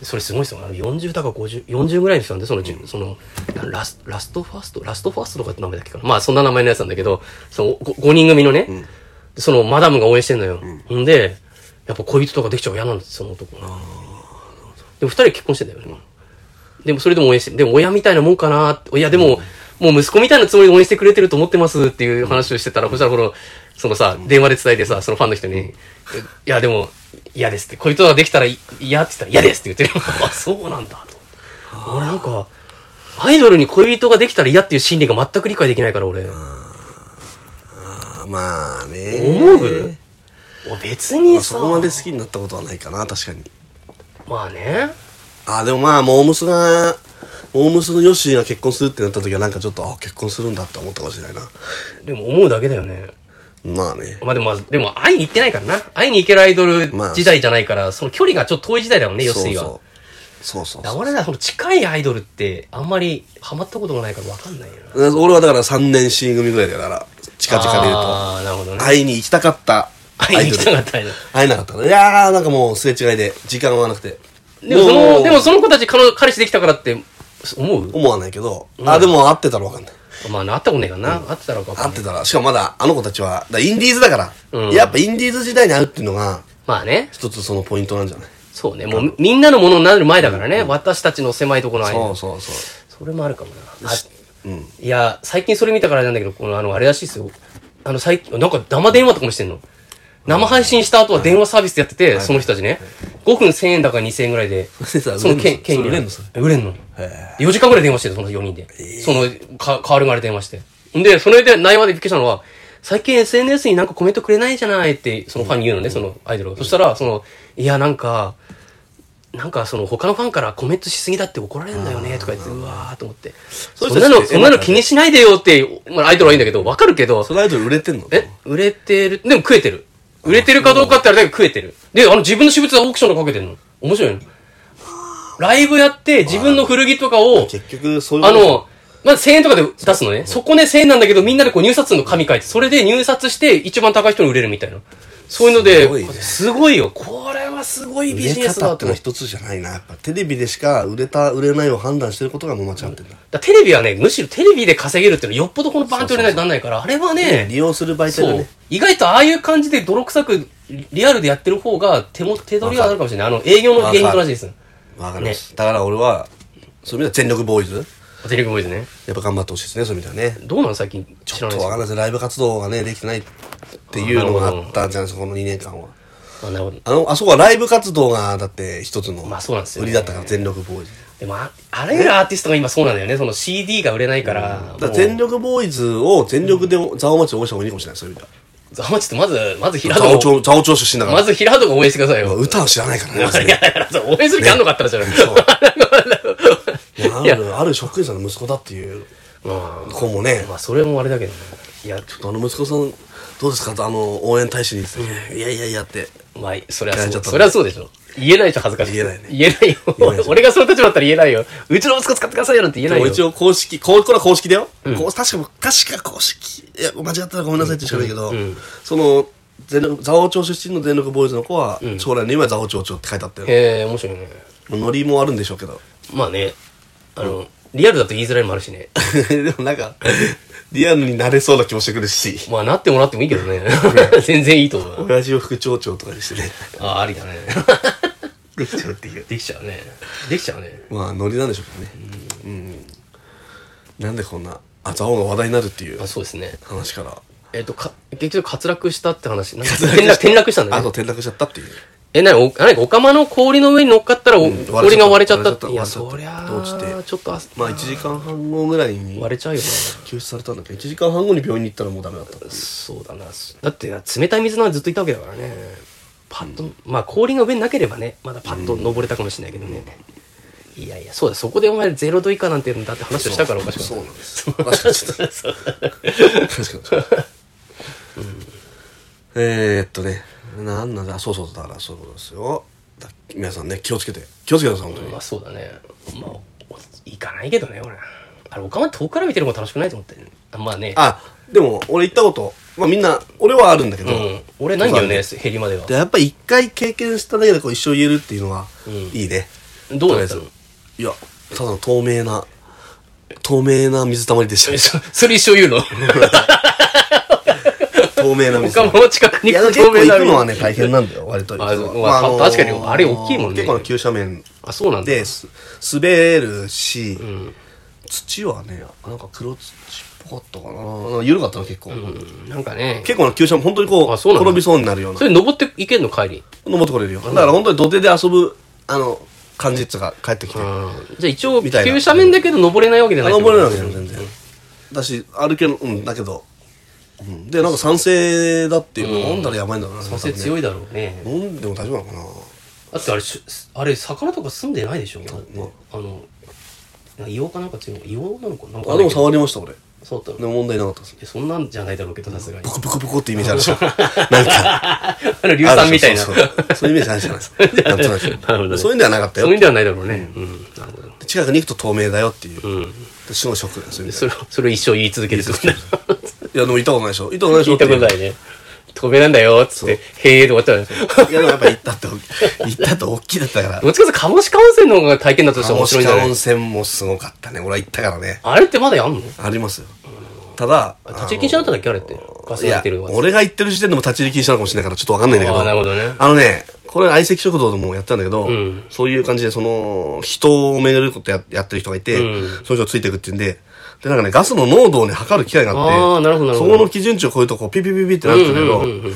[SPEAKER 2] それすごいですよあの40だか50 40ぐらいの人なんでその,、じゅそのラスラストファーストラストファーストとかって名前だっけかなまあそんな名前のやつなんだけどその 5, 人組のね、でそのマダムが応援してんのよ、ん、でやっぱ恋人とかできちゃう嫌なんですその男がでも2人結婚してんだよね、でもそれでも応援してでも親みたいなもんかなっていやでも、もう息子みたいなつもりで応援してくれてると思ってますっていう話をしてたら、そしたらこの、そのさ、電話で伝えてさ、そのファンの人に、いやでも、嫌ですって、こういうことができたらい嫌って言ったら嫌ですって言ってる。 あ、そうなんだと。俺なんか、アイドルに恋人ができたら嫌っていう心理が全く理解できないから俺、
[SPEAKER 1] あまあね
[SPEAKER 2] 思う俺別
[SPEAKER 1] ま
[SPEAKER 2] に
[SPEAKER 1] あ
[SPEAKER 2] さ
[SPEAKER 1] そ、こまで好きになったことはないかな確かに
[SPEAKER 2] まあね、
[SPEAKER 1] あでもまあモームスがモームスのヨッシーが結婚するってなった時はなんかちょっとあ結婚するんだって思ったかもしれないな
[SPEAKER 2] でも思うだけだよね。
[SPEAKER 1] まあね
[SPEAKER 2] まあでもまあ、でも会いに行ってないからな。会いに行けるアイドル
[SPEAKER 1] まあ
[SPEAKER 2] 時代じゃないから、その距離がちょっと遠い時代だもんね、ヨッシーが。
[SPEAKER 1] そうそうそうそう
[SPEAKER 2] だから俺らその近いアイドルってあんまりハマったことがないから分かんないよな。
[SPEAKER 1] 俺はだから3年 C 組ぐらいだから近々で言うと
[SPEAKER 2] ああ、なるほどね。
[SPEAKER 1] 会いに行きたかった
[SPEAKER 2] 会いに行きたかったアイドル
[SPEAKER 1] 会えなかったねいやーなんかもうすれ違いで時間合わなくて
[SPEAKER 2] でも
[SPEAKER 1] も
[SPEAKER 2] その、
[SPEAKER 1] う
[SPEAKER 2] でもその子たち彼女彼氏できたからって思う
[SPEAKER 1] 思わないけど、あでも会ってたらわかんない
[SPEAKER 2] まあな、会ったことねえからな。会ってたら分か
[SPEAKER 1] 会
[SPEAKER 2] ん
[SPEAKER 1] っ
[SPEAKER 2] ない。
[SPEAKER 1] てたらしかもまだあの子たちはだインディーズだから、
[SPEAKER 2] うん
[SPEAKER 1] やっぱインディーズ時代に会うっていうのが
[SPEAKER 2] まあね。
[SPEAKER 1] 一つそのポイントなんじゃない
[SPEAKER 2] そうね。もうみんなのものになる前だからね。私たちの狭いところの間。
[SPEAKER 1] そうそう
[SPEAKER 2] それもあるかもな。あ
[SPEAKER 1] ううん
[SPEAKER 2] いや、最近それ見たからあれなんだけど、この、あの、あれらしいですよ。あの、最近、なんか生電話とかもしてんの。生配信した後は電話サービスでやってて、その人たちね。5分1000円だか2000円ぐらいで。
[SPEAKER 1] それさ
[SPEAKER 2] その権
[SPEAKER 1] 売れんの
[SPEAKER 2] 権利
[SPEAKER 1] それ売れんのそれ
[SPEAKER 2] え売れんの。4時間ぐらい電話してる、その4人で。その、か、代わる代わる電話して。んで、その間、内話でびっくりしたのは、最近 SNS になんかコメントくれないじゃないって、そのファンに言うのね、そのアイドルが。そしたら、その、いや、なんか、なんかその他のファンからコメントしすぎだって怒られるんだよねとか言って、うわーと思って。そ
[SPEAKER 1] うん
[SPEAKER 2] な
[SPEAKER 1] そう
[SPEAKER 2] の、
[SPEAKER 1] ですね
[SPEAKER 2] そんなの気にしないでよって、まあアイドルはいいんだけど、わかるけど
[SPEAKER 1] そ、のアイドル売れてんの
[SPEAKER 2] え、売れてる、でも食えてる。売れてるかどうかってあれだけど食えてる。で、あの自分の私物はオークションとかかけてるの。面白いの。ライブやって自分の古着とかを、
[SPEAKER 1] 結局そういう
[SPEAKER 2] あの、まあ、1000円とかで出すのね。そこね、1000円なんだけど、みんなでこう入札の紙書いて、それで入札して、一番高い人に売れるみたいな。そういうので、
[SPEAKER 1] すごいね
[SPEAKER 2] すごいよ。これはすごい
[SPEAKER 1] 売
[SPEAKER 2] ビ
[SPEAKER 1] れ
[SPEAKER 2] ジネス
[SPEAKER 1] 方
[SPEAKER 2] だ
[SPEAKER 1] って
[SPEAKER 2] と
[SPEAKER 1] のは
[SPEAKER 2] 思う。
[SPEAKER 1] 一つじゃないなやっぱテレビでしか売れた売れないを判断してることがもう間違ってんだ、
[SPEAKER 2] だからテレビはね、むしろテレビで稼げるっていうのはよっぽどこのバーンと売れないとなんないから、あれは
[SPEAKER 1] 利
[SPEAKER 2] ね、
[SPEAKER 1] 用する媒体
[SPEAKER 2] そ
[SPEAKER 1] が
[SPEAKER 2] う
[SPEAKER 1] ね。
[SPEAKER 2] 意外とああいう感じで泥臭く、リアルでやってる方が手も、手取りはあるかもしれない。あの、営業の芸人と同じです。
[SPEAKER 1] わかります、だから俺はそういう意味では全力ボーイズ
[SPEAKER 2] テレビボーイズね。
[SPEAKER 1] やっぱ頑張ってほしいですねそういう意味ではね
[SPEAKER 2] どうなの最近知
[SPEAKER 1] ちょ
[SPEAKER 2] ら
[SPEAKER 1] っ
[SPEAKER 2] ない
[SPEAKER 1] と
[SPEAKER 2] で
[SPEAKER 1] わかんな
[SPEAKER 2] す
[SPEAKER 1] いですライブ活動がねできてないっていうのがあったんじゃないですかこの2年間は
[SPEAKER 2] あなるほど。
[SPEAKER 1] あのあそこはライブ活動がだって一つの
[SPEAKER 2] まあそうなんですよ
[SPEAKER 1] 売
[SPEAKER 2] ね
[SPEAKER 1] りだったから全力ボーイズ
[SPEAKER 2] でもあ、あらゆるアーティストが今そうなんだよね。その CD が売れないから。もう
[SPEAKER 1] だから全力ボーイズを全力でザオマチを応援した方がいいかもしれないそういう意味
[SPEAKER 2] ざまちょっとまず、まず
[SPEAKER 1] で
[SPEAKER 2] 平
[SPEAKER 1] はザオ
[SPEAKER 2] 戸を、
[SPEAKER 1] 町ザオ町出身だから
[SPEAKER 2] まず平戸が応援してくださいよ。
[SPEAKER 1] 歌を知らないから
[SPEAKER 2] い
[SPEAKER 1] ね
[SPEAKER 2] や、 いや応援する気あんのかあったらじゃない。
[SPEAKER 1] もうあるある職員さんの息子だっていう
[SPEAKER 2] ま
[SPEAKER 1] 子もね
[SPEAKER 2] あ、まあ、それもあれだけどね。いや、
[SPEAKER 1] あの息子さんどうですかとあの応援大使に言ってていやいやいやって
[SPEAKER 2] まあ、それは
[SPEAKER 1] やられち
[SPEAKER 2] そ
[SPEAKER 1] ゃっ
[SPEAKER 2] う、
[SPEAKER 1] た
[SPEAKER 2] それはそうでしょ。言えないでしょ、恥ずかしい。
[SPEAKER 1] 言えないね
[SPEAKER 2] 言えないよ。
[SPEAKER 1] 言えないでしょ
[SPEAKER 2] 俺がその立場だったら言えないよ。うちの息子使ってくださいよなんて言え
[SPEAKER 1] で
[SPEAKER 2] ない
[SPEAKER 1] も
[SPEAKER 2] よ。
[SPEAKER 1] 一応公式こうこれは公式だよ、こう確か確か公式いや間違ったらごめんなさいってしかないけど、その全力蔵王町出身の全力ボーイズの子は、将来の夢は蔵王町長って書いてあったよ
[SPEAKER 2] へえ、面白いね。
[SPEAKER 1] ノリもあるんでしょうけど
[SPEAKER 2] まあね、あの、リアルだと言いづらいのもあるしね。
[SPEAKER 1] でもなんかリアルになれそうな気もしてくるし
[SPEAKER 2] まあ、なってもらってもいいけどね。 全然いいと思う。
[SPEAKER 1] 親父を副町長とかにしてね
[SPEAKER 2] ああ、ありだね。
[SPEAKER 1] できちゃうっていう
[SPEAKER 2] できちゃうね。できちゃうね。
[SPEAKER 1] まあノリなんでしょうけどねうんなんでこんなあ蔵王が話題になるっていう
[SPEAKER 2] まあ、そうですね。
[SPEAKER 1] 話から
[SPEAKER 2] えっ、と、か、結局滑落したって話。なんか転落、転落したんだ
[SPEAKER 1] あ
[SPEAKER 2] よ
[SPEAKER 1] と
[SPEAKER 2] ね。
[SPEAKER 1] 転落しちゃったっていう
[SPEAKER 2] え、なに、お、なに、お釜の氷の上に乗っかったら、お氷が割れちゃったって。い
[SPEAKER 1] 割れち
[SPEAKER 2] や、
[SPEAKER 1] ゃった
[SPEAKER 2] そ
[SPEAKER 1] 割れ
[SPEAKER 2] り
[SPEAKER 1] ちゃ
[SPEAKER 2] ゃ
[SPEAKER 1] った
[SPEAKER 2] あ、
[SPEAKER 1] 落ちて
[SPEAKER 2] ちょっとあ、
[SPEAKER 1] まあ1時間半後ぐらいに
[SPEAKER 2] 割れちゃうよね。
[SPEAKER 1] 救出されたんだけど1時間半後に病院に行ったらもうダメだったっていう
[SPEAKER 2] そうだな。だってな、冷たい水の中にずっといたわけだからね。パッと、まあ氷が上になければね、まだパッと登れたかもしれないけどね。いやいや、そうだ、そこでお前ゼロ度以下なんてだって話をしたからおかしく
[SPEAKER 1] そう
[SPEAKER 2] な
[SPEAKER 1] ないんです確かにちょっと
[SPEAKER 2] そう
[SPEAKER 1] 確かに、えー、っとねなんなんだそうそうだからそういうことですよだ皆さんね気をつけて気をつけてください本当に、
[SPEAKER 2] まあそうだね。まあ、お行かないけどね、俺。あれ、おかま遠くから見てる方が楽しくないと思って。あまあね。
[SPEAKER 1] あでも俺行ったことまあみんな俺はあるんだけど、
[SPEAKER 2] うん。俺ないんだよね、ヘリまでは
[SPEAKER 1] で。やっぱり一回経験しただけでこう一生言えるっていうのは
[SPEAKER 2] うん
[SPEAKER 1] いいね、
[SPEAKER 2] どうなったの
[SPEAKER 1] とりあえずいやただの透明な透明な水たまりで した
[SPEAKER 2] そそれ一生言うの
[SPEAKER 1] 透明な水たま
[SPEAKER 2] 他
[SPEAKER 1] り
[SPEAKER 2] も近く
[SPEAKER 1] い
[SPEAKER 2] に
[SPEAKER 1] や
[SPEAKER 2] 行
[SPEAKER 1] で
[SPEAKER 2] く
[SPEAKER 1] も結構行
[SPEAKER 2] な
[SPEAKER 1] くのはね大変なんだよ割と、
[SPEAKER 2] あ
[SPEAKER 1] 実は
[SPEAKER 2] まあ確かにあれ大きいもんね
[SPEAKER 1] 結構な急斜面
[SPEAKER 2] あ、そうなんだ。
[SPEAKER 1] で、す滑るし、
[SPEAKER 2] うん。
[SPEAKER 1] 土はねなんか黒土っぽかったかななんか緩かったの結構、
[SPEAKER 2] うんなんかね、
[SPEAKER 1] 結構な急斜面本当にこう
[SPEAKER 2] あそうなんだ
[SPEAKER 1] 転びそうになるような
[SPEAKER 2] それ登っていけんの帰り。
[SPEAKER 1] 登ってこれるよだから本当に土手で遊ぶあの感じっつうか帰ってきて、
[SPEAKER 2] うんじゃあ一応、急
[SPEAKER 1] みたいな
[SPEAKER 2] 斜面だけど登れないわけじゃないってこ
[SPEAKER 1] 登
[SPEAKER 2] と
[SPEAKER 1] れないわけじゃん全然、だし歩けるうんだけど、うん、でなんか酸性だっていうの、飲んだらやばいんだろうな
[SPEAKER 2] 風強
[SPEAKER 1] い
[SPEAKER 2] いだろうね。
[SPEAKER 1] 飲んでも大丈夫なのかな
[SPEAKER 2] だってあれし、あれ、魚とか住んでないでしょなんかあの、なんか硫黄かなんか強いの硫黄なのかなんか
[SPEAKER 1] あ
[SPEAKER 2] わか
[SPEAKER 1] で
[SPEAKER 2] んな
[SPEAKER 1] も
[SPEAKER 2] いけど
[SPEAKER 1] 触りました俺で
[SPEAKER 2] そうだったの
[SPEAKER 1] も問題なかったです
[SPEAKER 2] えそんなんじゃないだろうけど、さすがに
[SPEAKER 1] ブ。クブクブクってイメージある でしょなん か
[SPEAKER 2] あの、硫酸みたいな。
[SPEAKER 1] あるでしょ
[SPEAKER 2] そ
[SPEAKER 1] そうそうそういうイメージあるじゃないです かなんとなく
[SPEAKER 2] なるほどね
[SPEAKER 1] そういうんではなかった
[SPEAKER 2] ういうん
[SPEAKER 1] よ
[SPEAKER 2] ではないだろうね。うん。なるほど。
[SPEAKER 1] 近くに行くと透明だよっていう、
[SPEAKER 2] うん。
[SPEAKER 1] 死のショックですよね
[SPEAKER 2] それを、それを一生言い続けるってことね。
[SPEAKER 1] いやでも行ったことないでしょ行ったことないでし
[SPEAKER 2] 聞
[SPEAKER 1] ょ
[SPEAKER 2] いたことないね。飛べなんだよ、つって、へえーで終わっちゃうよ。
[SPEAKER 1] いやでもやっぱ行ったって行ったと大きいだったから
[SPEAKER 2] どっちかというと、鴨志賀温泉の方が体験だとしては 面白いんじゃな
[SPEAKER 1] 鹿
[SPEAKER 2] い
[SPEAKER 1] 温泉もすごかったね俺は行ったからね
[SPEAKER 2] あれってまだやんの
[SPEAKER 1] ありますよただ
[SPEAKER 2] 立ち入り禁止だったんだっけあれって。ガス
[SPEAKER 1] い
[SPEAKER 2] が出
[SPEAKER 1] や
[SPEAKER 2] てるやつ
[SPEAKER 1] 俺が行ってる時点でも立ち入り禁止なのかもしれないからちょっとわかんないんだけど
[SPEAKER 2] あーなるほどね
[SPEAKER 1] あのねこれ相席食堂でもやってたんだけど、
[SPEAKER 2] ん
[SPEAKER 1] そういう感じでその人を巡ることややってる人がいて、
[SPEAKER 2] う
[SPEAKER 1] その人をついていくっていうんででなんかねガスの濃度をね測る機械があって
[SPEAKER 2] あーなるほどなるほど
[SPEAKER 1] そこの基準値を超えるとこうピピピピってなるんだけど、
[SPEAKER 2] うんうんうんう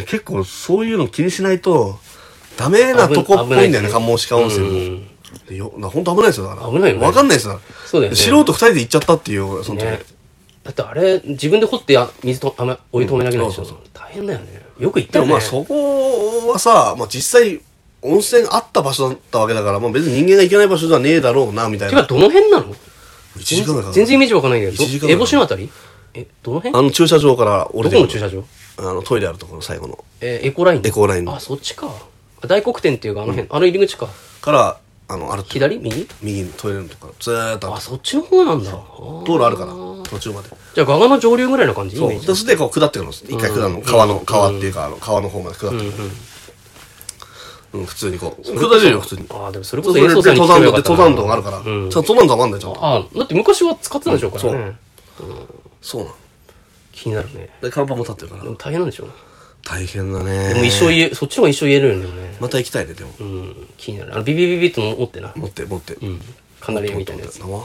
[SPEAKER 2] ん
[SPEAKER 1] 結構そういうの気にしないとダメなとこっぽいんだよね
[SPEAKER 2] 危ない
[SPEAKER 1] 鴨志賀温泉も。
[SPEAKER 2] うん
[SPEAKER 1] でよな本当危ないですよだから
[SPEAKER 2] 危ないよね
[SPEAKER 1] わかんないですよ
[SPEAKER 2] そうだよね
[SPEAKER 1] 素人二人で行っちゃったっていうその時、
[SPEAKER 2] ね。だってあれ、自分で掘ってや水と、あんま、お湯止めなきゃいけないでし
[SPEAKER 1] うんそう
[SPEAKER 2] ょ。大変だよね。よく行った
[SPEAKER 1] で
[SPEAKER 2] よ
[SPEAKER 1] もま
[SPEAKER 2] ね。
[SPEAKER 1] あそこはさ、まあ、実際温泉あった場所だったわけだから、まあ、別に人間が行けない場所じゃねえだろうなみたい
[SPEAKER 2] てか、
[SPEAKER 1] な
[SPEAKER 2] どの辺なの
[SPEAKER 1] 1時間だから
[SPEAKER 2] 全然イメージわかんないけど
[SPEAKER 1] 一時間
[SPEAKER 2] ど、
[SPEAKER 1] だ
[SPEAKER 2] 江越のあたりえ、どの辺
[SPEAKER 1] あの駐車場から降り
[SPEAKER 2] ど
[SPEAKER 1] て
[SPEAKER 2] この駐車場
[SPEAKER 1] 場あのトイレあるところ最後の
[SPEAKER 2] えー、エコライン。
[SPEAKER 1] エコラインの
[SPEAKER 2] あ、そっちか。あ大黒天っていうか、あの辺、あの入り口か。
[SPEAKER 1] からあのある
[SPEAKER 2] 左右
[SPEAKER 1] 右のトイレのところずーっとあ
[SPEAKER 2] あ、
[SPEAKER 1] る
[SPEAKER 2] そっちの方なんだ。
[SPEAKER 1] 道路あるからら途中まで
[SPEAKER 2] じゃあ、ガガの上流ぐらいの感じ
[SPEAKER 1] そう
[SPEAKER 2] イメージ
[SPEAKER 1] でそれでこう下ってくるの一回下るの川の川っていうかあの川の方まで下ってくるうん普通にこう下れるよ普通に
[SPEAKER 2] ああ、でもそれこ
[SPEAKER 1] そ
[SPEAKER 2] そ
[SPEAKER 1] れ
[SPEAKER 2] 演
[SPEAKER 1] で
[SPEAKER 2] 奏祭に
[SPEAKER 1] 登
[SPEAKER 2] 来
[SPEAKER 1] 山
[SPEAKER 2] てもよ
[SPEAKER 1] 道で
[SPEAKER 2] かったな
[SPEAKER 1] 登山道があるから、ちゃんと登山道があるんだよちゃんと
[SPEAKER 2] ああ、だって昔は使ってたでしょうからね。うん
[SPEAKER 1] そうなの
[SPEAKER 2] 気になるね。
[SPEAKER 1] で看板も立ってるから
[SPEAKER 2] でも大変なんでしょ
[SPEAKER 1] 大変だね
[SPEAKER 2] でも一生言え、そっちの方が一生言えるよね。
[SPEAKER 1] また行きたいねでも
[SPEAKER 2] うん、気になる。あの、ビビビビって持ってな。
[SPEAKER 1] 持って持って、
[SPEAKER 2] うん。カナリアみたいなやつ。
[SPEAKER 1] まあね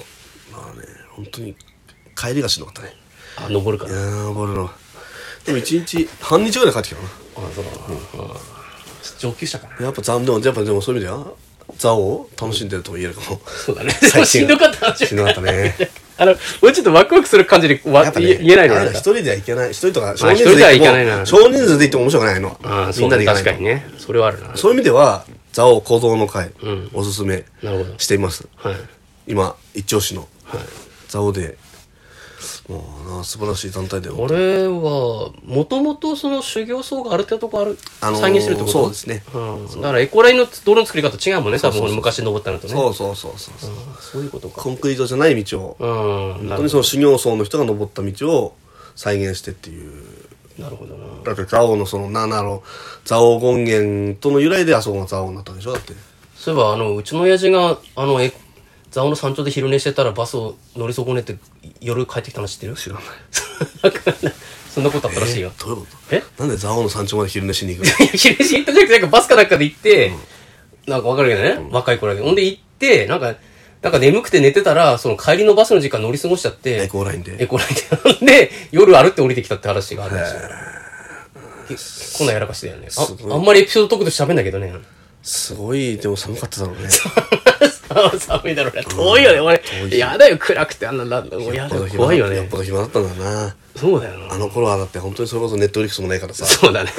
[SPEAKER 1] 本当に帰りがしんどかったね
[SPEAKER 2] あ、登るか
[SPEAKER 1] い
[SPEAKER 2] ら。
[SPEAKER 1] や
[SPEAKER 2] あ
[SPEAKER 1] ーボルロでも一日半日ぐらい帰ってきたか
[SPEAKER 2] そうだな。あ上級者かな。
[SPEAKER 1] なやっぱ残念でもやっぱでもそういう意味では座を楽しんでるとも言えるかも
[SPEAKER 2] そうだね。 でもしんどかった話
[SPEAKER 1] しんどかったね
[SPEAKER 2] あの、もうちょっとワクワクする感じでわ
[SPEAKER 1] やっぱね
[SPEAKER 2] 言え言えないの
[SPEAKER 1] あれ
[SPEAKER 2] な
[SPEAKER 1] だ
[SPEAKER 2] ん
[SPEAKER 1] 一
[SPEAKER 2] か。
[SPEAKER 1] 人ではいけない一人とか少
[SPEAKER 2] あ
[SPEAKER 1] 人数で行
[SPEAKER 2] 一人では行かないな
[SPEAKER 1] 少人数で行っても面白くないの
[SPEAKER 2] ああ、
[SPEAKER 1] み
[SPEAKER 2] そ
[SPEAKER 1] ん
[SPEAKER 2] う
[SPEAKER 1] な
[SPEAKER 2] だ
[SPEAKER 1] で
[SPEAKER 2] ね。
[SPEAKER 1] 行かない
[SPEAKER 2] 確
[SPEAKER 1] と
[SPEAKER 2] かにね。それはあるな。
[SPEAKER 1] そういう意味では座王行動の会、
[SPEAKER 2] ん
[SPEAKER 1] おすすめ
[SPEAKER 2] なるほど
[SPEAKER 1] しています
[SPEAKER 2] はい。
[SPEAKER 1] 今一押しの
[SPEAKER 2] はい。
[SPEAKER 1] 座王でもうな素晴らしい団体だよ
[SPEAKER 2] 俺は、もともとその修行僧がある程度こうある、
[SPEAKER 1] あのー
[SPEAKER 2] 再現してるってこと
[SPEAKER 1] そうですね
[SPEAKER 2] うん。だからエコラインの道路の作り方違うもんね、多分昔登ったのとね。
[SPEAKER 1] そうそうそうそうそう
[SPEAKER 2] あそういうことか。
[SPEAKER 1] コンクリートじゃない道を、
[SPEAKER 2] うん。な
[SPEAKER 1] 本当
[SPEAKER 2] る
[SPEAKER 1] にその修行僧の人が登った道を再現してっていう
[SPEAKER 2] なるほどな。
[SPEAKER 1] だって蔵王のそのなんだろう蔵王権現との由来であそこが蔵王になったんでしょだって
[SPEAKER 2] そういえば、あの、うちの親父が、あの、え、蔵王の山頂で昼寝してたらバスを乗り損ねて、夜帰ってきたの知ってる知らない。そんなことあったらしいよ。
[SPEAKER 1] どういうこ
[SPEAKER 2] え
[SPEAKER 1] となんで蔵王の山頂まで昼寝しに行く
[SPEAKER 2] 昼寝しに行ったんじゃなくて、なんかバスかなんかで行って、なんかわかるけどね、若い頃だけど。ほんで行って、なんか、なんか眠くて寝てたら、その帰りのバスの時間乗り過ごしちゃっ
[SPEAKER 1] のエ
[SPEAKER 2] て、
[SPEAKER 1] コーラインで
[SPEAKER 2] エコラインで、で、夜歩って降りてきたって話があるんですよ。こんなやらかしだよね。
[SPEAKER 1] すごい
[SPEAKER 2] ああんまりエピソードトークとして喋んだけどね。
[SPEAKER 1] すごいでも寒かっただろうね
[SPEAKER 2] 寒いだろうね。遠いよね、俺。やだよ、暗くてあんな、なんだもうやだよ、怖いよ
[SPEAKER 1] やっ
[SPEAKER 2] ね。
[SPEAKER 1] ぱ暇だったんだな
[SPEAKER 2] そうだよ
[SPEAKER 1] あ
[SPEAKER 2] な。
[SPEAKER 1] の頃はだって本当にそれこそネットフリックスもないからさ
[SPEAKER 2] そう だね。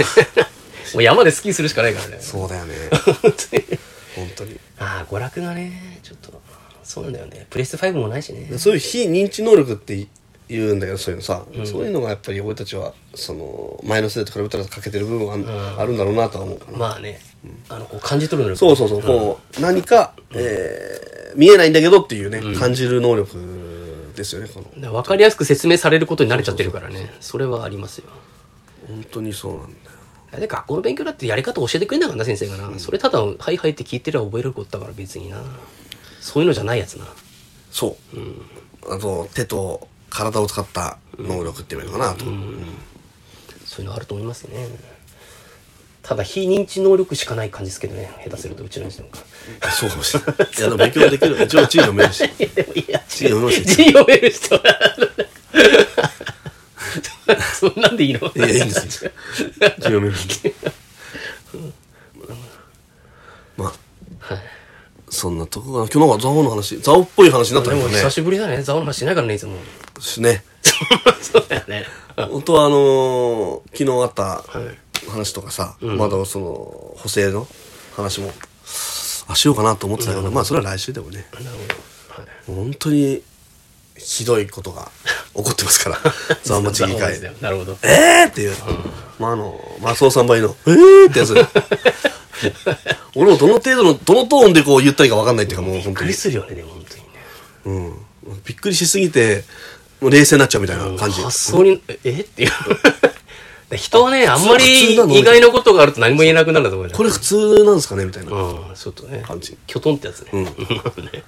[SPEAKER 2] もう山でスキーするしかないからね。
[SPEAKER 1] そうだよね
[SPEAKER 2] 本当に。
[SPEAKER 1] 本当に
[SPEAKER 2] ああ娯楽がねちょっとそうなんだよねプレステ5もないしね
[SPEAKER 1] そういう非認知能力って言うんだけどそういうのさ、そういうのがやっぱり俺たちはその前の世代と比べたら欠けてる部分があ,、るんだろうなとは思うかな、
[SPEAKER 2] まあね、あのこう感じ取るの
[SPEAKER 1] そうそうそう、こう何か、えー見えないんだけどっていうね、感じる能力ですよねこの
[SPEAKER 2] う分かりやすく説明されることに慣れちゃってるからねそれはありますよ
[SPEAKER 1] 本当にそうなんだよ
[SPEAKER 2] あれで学校の勉強だってやり方教えてくれなかったな先生がな、それただ「はいはい」って聞いてれば覚えることだから別になそういうのじゃないやつな
[SPEAKER 1] そう、あと手と体を使った能力っていうのかなと、
[SPEAKER 2] そういうのあると思いますねただ非認知能力しかない感じですけどね下手するとうちの人なんか
[SPEAKER 1] そうかもしれないいやでも勉強できる一応地位読め るし
[SPEAKER 2] いやでもいや
[SPEAKER 1] 字読めますよ
[SPEAKER 2] 字読める人はそんなんでいいの
[SPEAKER 1] いやいいんですよ字読めるし まあ
[SPEAKER 2] はい
[SPEAKER 1] そんなとこかな今日なんかザオの話ザオっぽい話になった
[SPEAKER 2] で
[SPEAKER 1] よ
[SPEAKER 2] も
[SPEAKER 1] ね
[SPEAKER 2] 久しぶりだねザオの話しないからねい つも
[SPEAKER 1] しね
[SPEAKER 2] そうだよね
[SPEAKER 1] 本当はあのー昨日あった話とかさ、まだその補正の話もあしようかなと思ってたけど、まあそれは来週でもね
[SPEAKER 2] なるほど、はい
[SPEAKER 1] もう本当にひどいことが起こってます からザワマチ議
[SPEAKER 2] そうで
[SPEAKER 1] 会
[SPEAKER 2] すねなるほど
[SPEAKER 1] えーっていう、まああのマスオさん倍の「えー!」ってやつ 俺もどの程度のどのトーンでこう言ったらいいか分かんないっていうかもう本
[SPEAKER 2] びっ
[SPEAKER 1] 当
[SPEAKER 2] く
[SPEAKER 1] に
[SPEAKER 2] り、するよねでも本当にね
[SPEAKER 1] うん、びっくりしすぎてもう冷静になっちゃうみたいな感じ、
[SPEAKER 2] 発想にええっていう 人はねあんま
[SPEAKER 1] 普
[SPEAKER 2] り
[SPEAKER 1] 通なの
[SPEAKER 2] 意外なことがあると何も言えなくなると思うよね
[SPEAKER 1] これ普通なんですかねみたいな、
[SPEAKER 2] うんちょっとね
[SPEAKER 1] 感じ
[SPEAKER 2] きょとんってやつね
[SPEAKER 1] うん
[SPEAKER 2] ね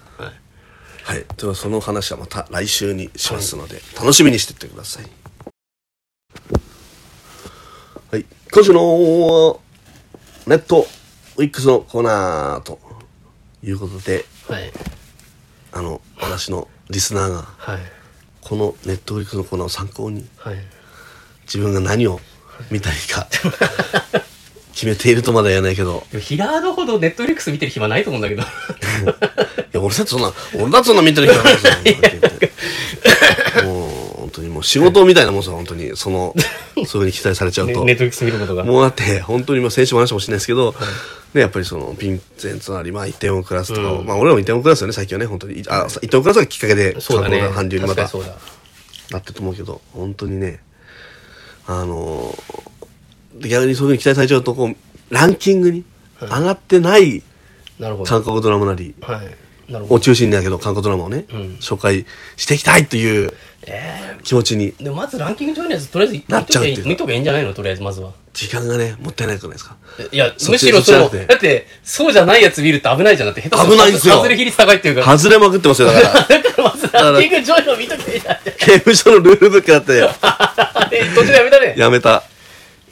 [SPEAKER 2] はい
[SPEAKER 1] はい。ではその話はまた来週にしますので、楽しみにしてってください。はい。今週のネットウィックスのコーナーということで、
[SPEAKER 2] はい
[SPEAKER 1] あの、私のリスナーが、
[SPEAKER 2] はい
[SPEAKER 1] このネットウィックスのコーナーを参考に、
[SPEAKER 2] はい
[SPEAKER 1] 自分が何を見たいか、 決めているとまでは言えないけど、
[SPEAKER 2] でもヒラードほどネットフリックス見てる暇ないと思うんだけど
[SPEAKER 1] いや、俺だってそんな、俺だってそんな見てる人じゃないですよ。もう、本当にもう仕事みたいなもんさ、本当に。その、そういうふうに期待されちゃう
[SPEAKER 2] ねネ
[SPEAKER 1] と。
[SPEAKER 2] ットフリックス見ることが
[SPEAKER 1] もうだって、本当にもう先週も話したかもしれないですけど、ね、やっぱりその、ヴィンセンツなり、まあ、一点をクラスとかを、まあ、俺らも一点をクラスよね、最近はね、本当に。あ、一点をクラスがきっかけで、
[SPEAKER 2] そうだね
[SPEAKER 1] 韓国の韓流にま
[SPEAKER 2] 確か
[SPEAKER 1] た
[SPEAKER 2] に、そうだ
[SPEAKER 1] なってると思うけど、本当にね、あのー、逆にそういうふうに期待されちゃうと、こう、ランキングに上がってない
[SPEAKER 2] なるほど
[SPEAKER 1] 韓国ドラマなり、
[SPEAKER 2] はいなるほ
[SPEAKER 1] を
[SPEAKER 2] ど
[SPEAKER 1] 中心にだけど韓国ドラマをね、紹介していきたいという
[SPEAKER 2] え
[SPEAKER 1] 気持ちに
[SPEAKER 2] ーでもまずランキング上のやつとりあえず見
[SPEAKER 1] なっち
[SPEAKER 2] と
[SPEAKER 1] ゃうっ
[SPEAKER 2] け
[SPEAKER 1] てい
[SPEAKER 2] 見
[SPEAKER 1] うか
[SPEAKER 2] とけばいいんじゃないのとりあえずまずは
[SPEAKER 1] 時間がねもったいないくないですか
[SPEAKER 2] いや、
[SPEAKER 1] そっ
[SPEAKER 2] む
[SPEAKER 1] ち
[SPEAKER 2] しろ
[SPEAKER 1] そ
[SPEAKER 2] その、
[SPEAKER 1] っちじゃなくて
[SPEAKER 2] だって、そうじゃないやつ見ると危ないじゃなくて、下手
[SPEAKER 1] 危ないんですよ
[SPEAKER 2] 外れ比率高いっていうか、
[SPEAKER 1] 外れまくってますよだから
[SPEAKER 2] だからまずランキング上位を見とけじゃん。
[SPEAKER 1] 刑務所のルールブックだって
[SPEAKER 2] あれ、途中でやめたね。
[SPEAKER 1] やめた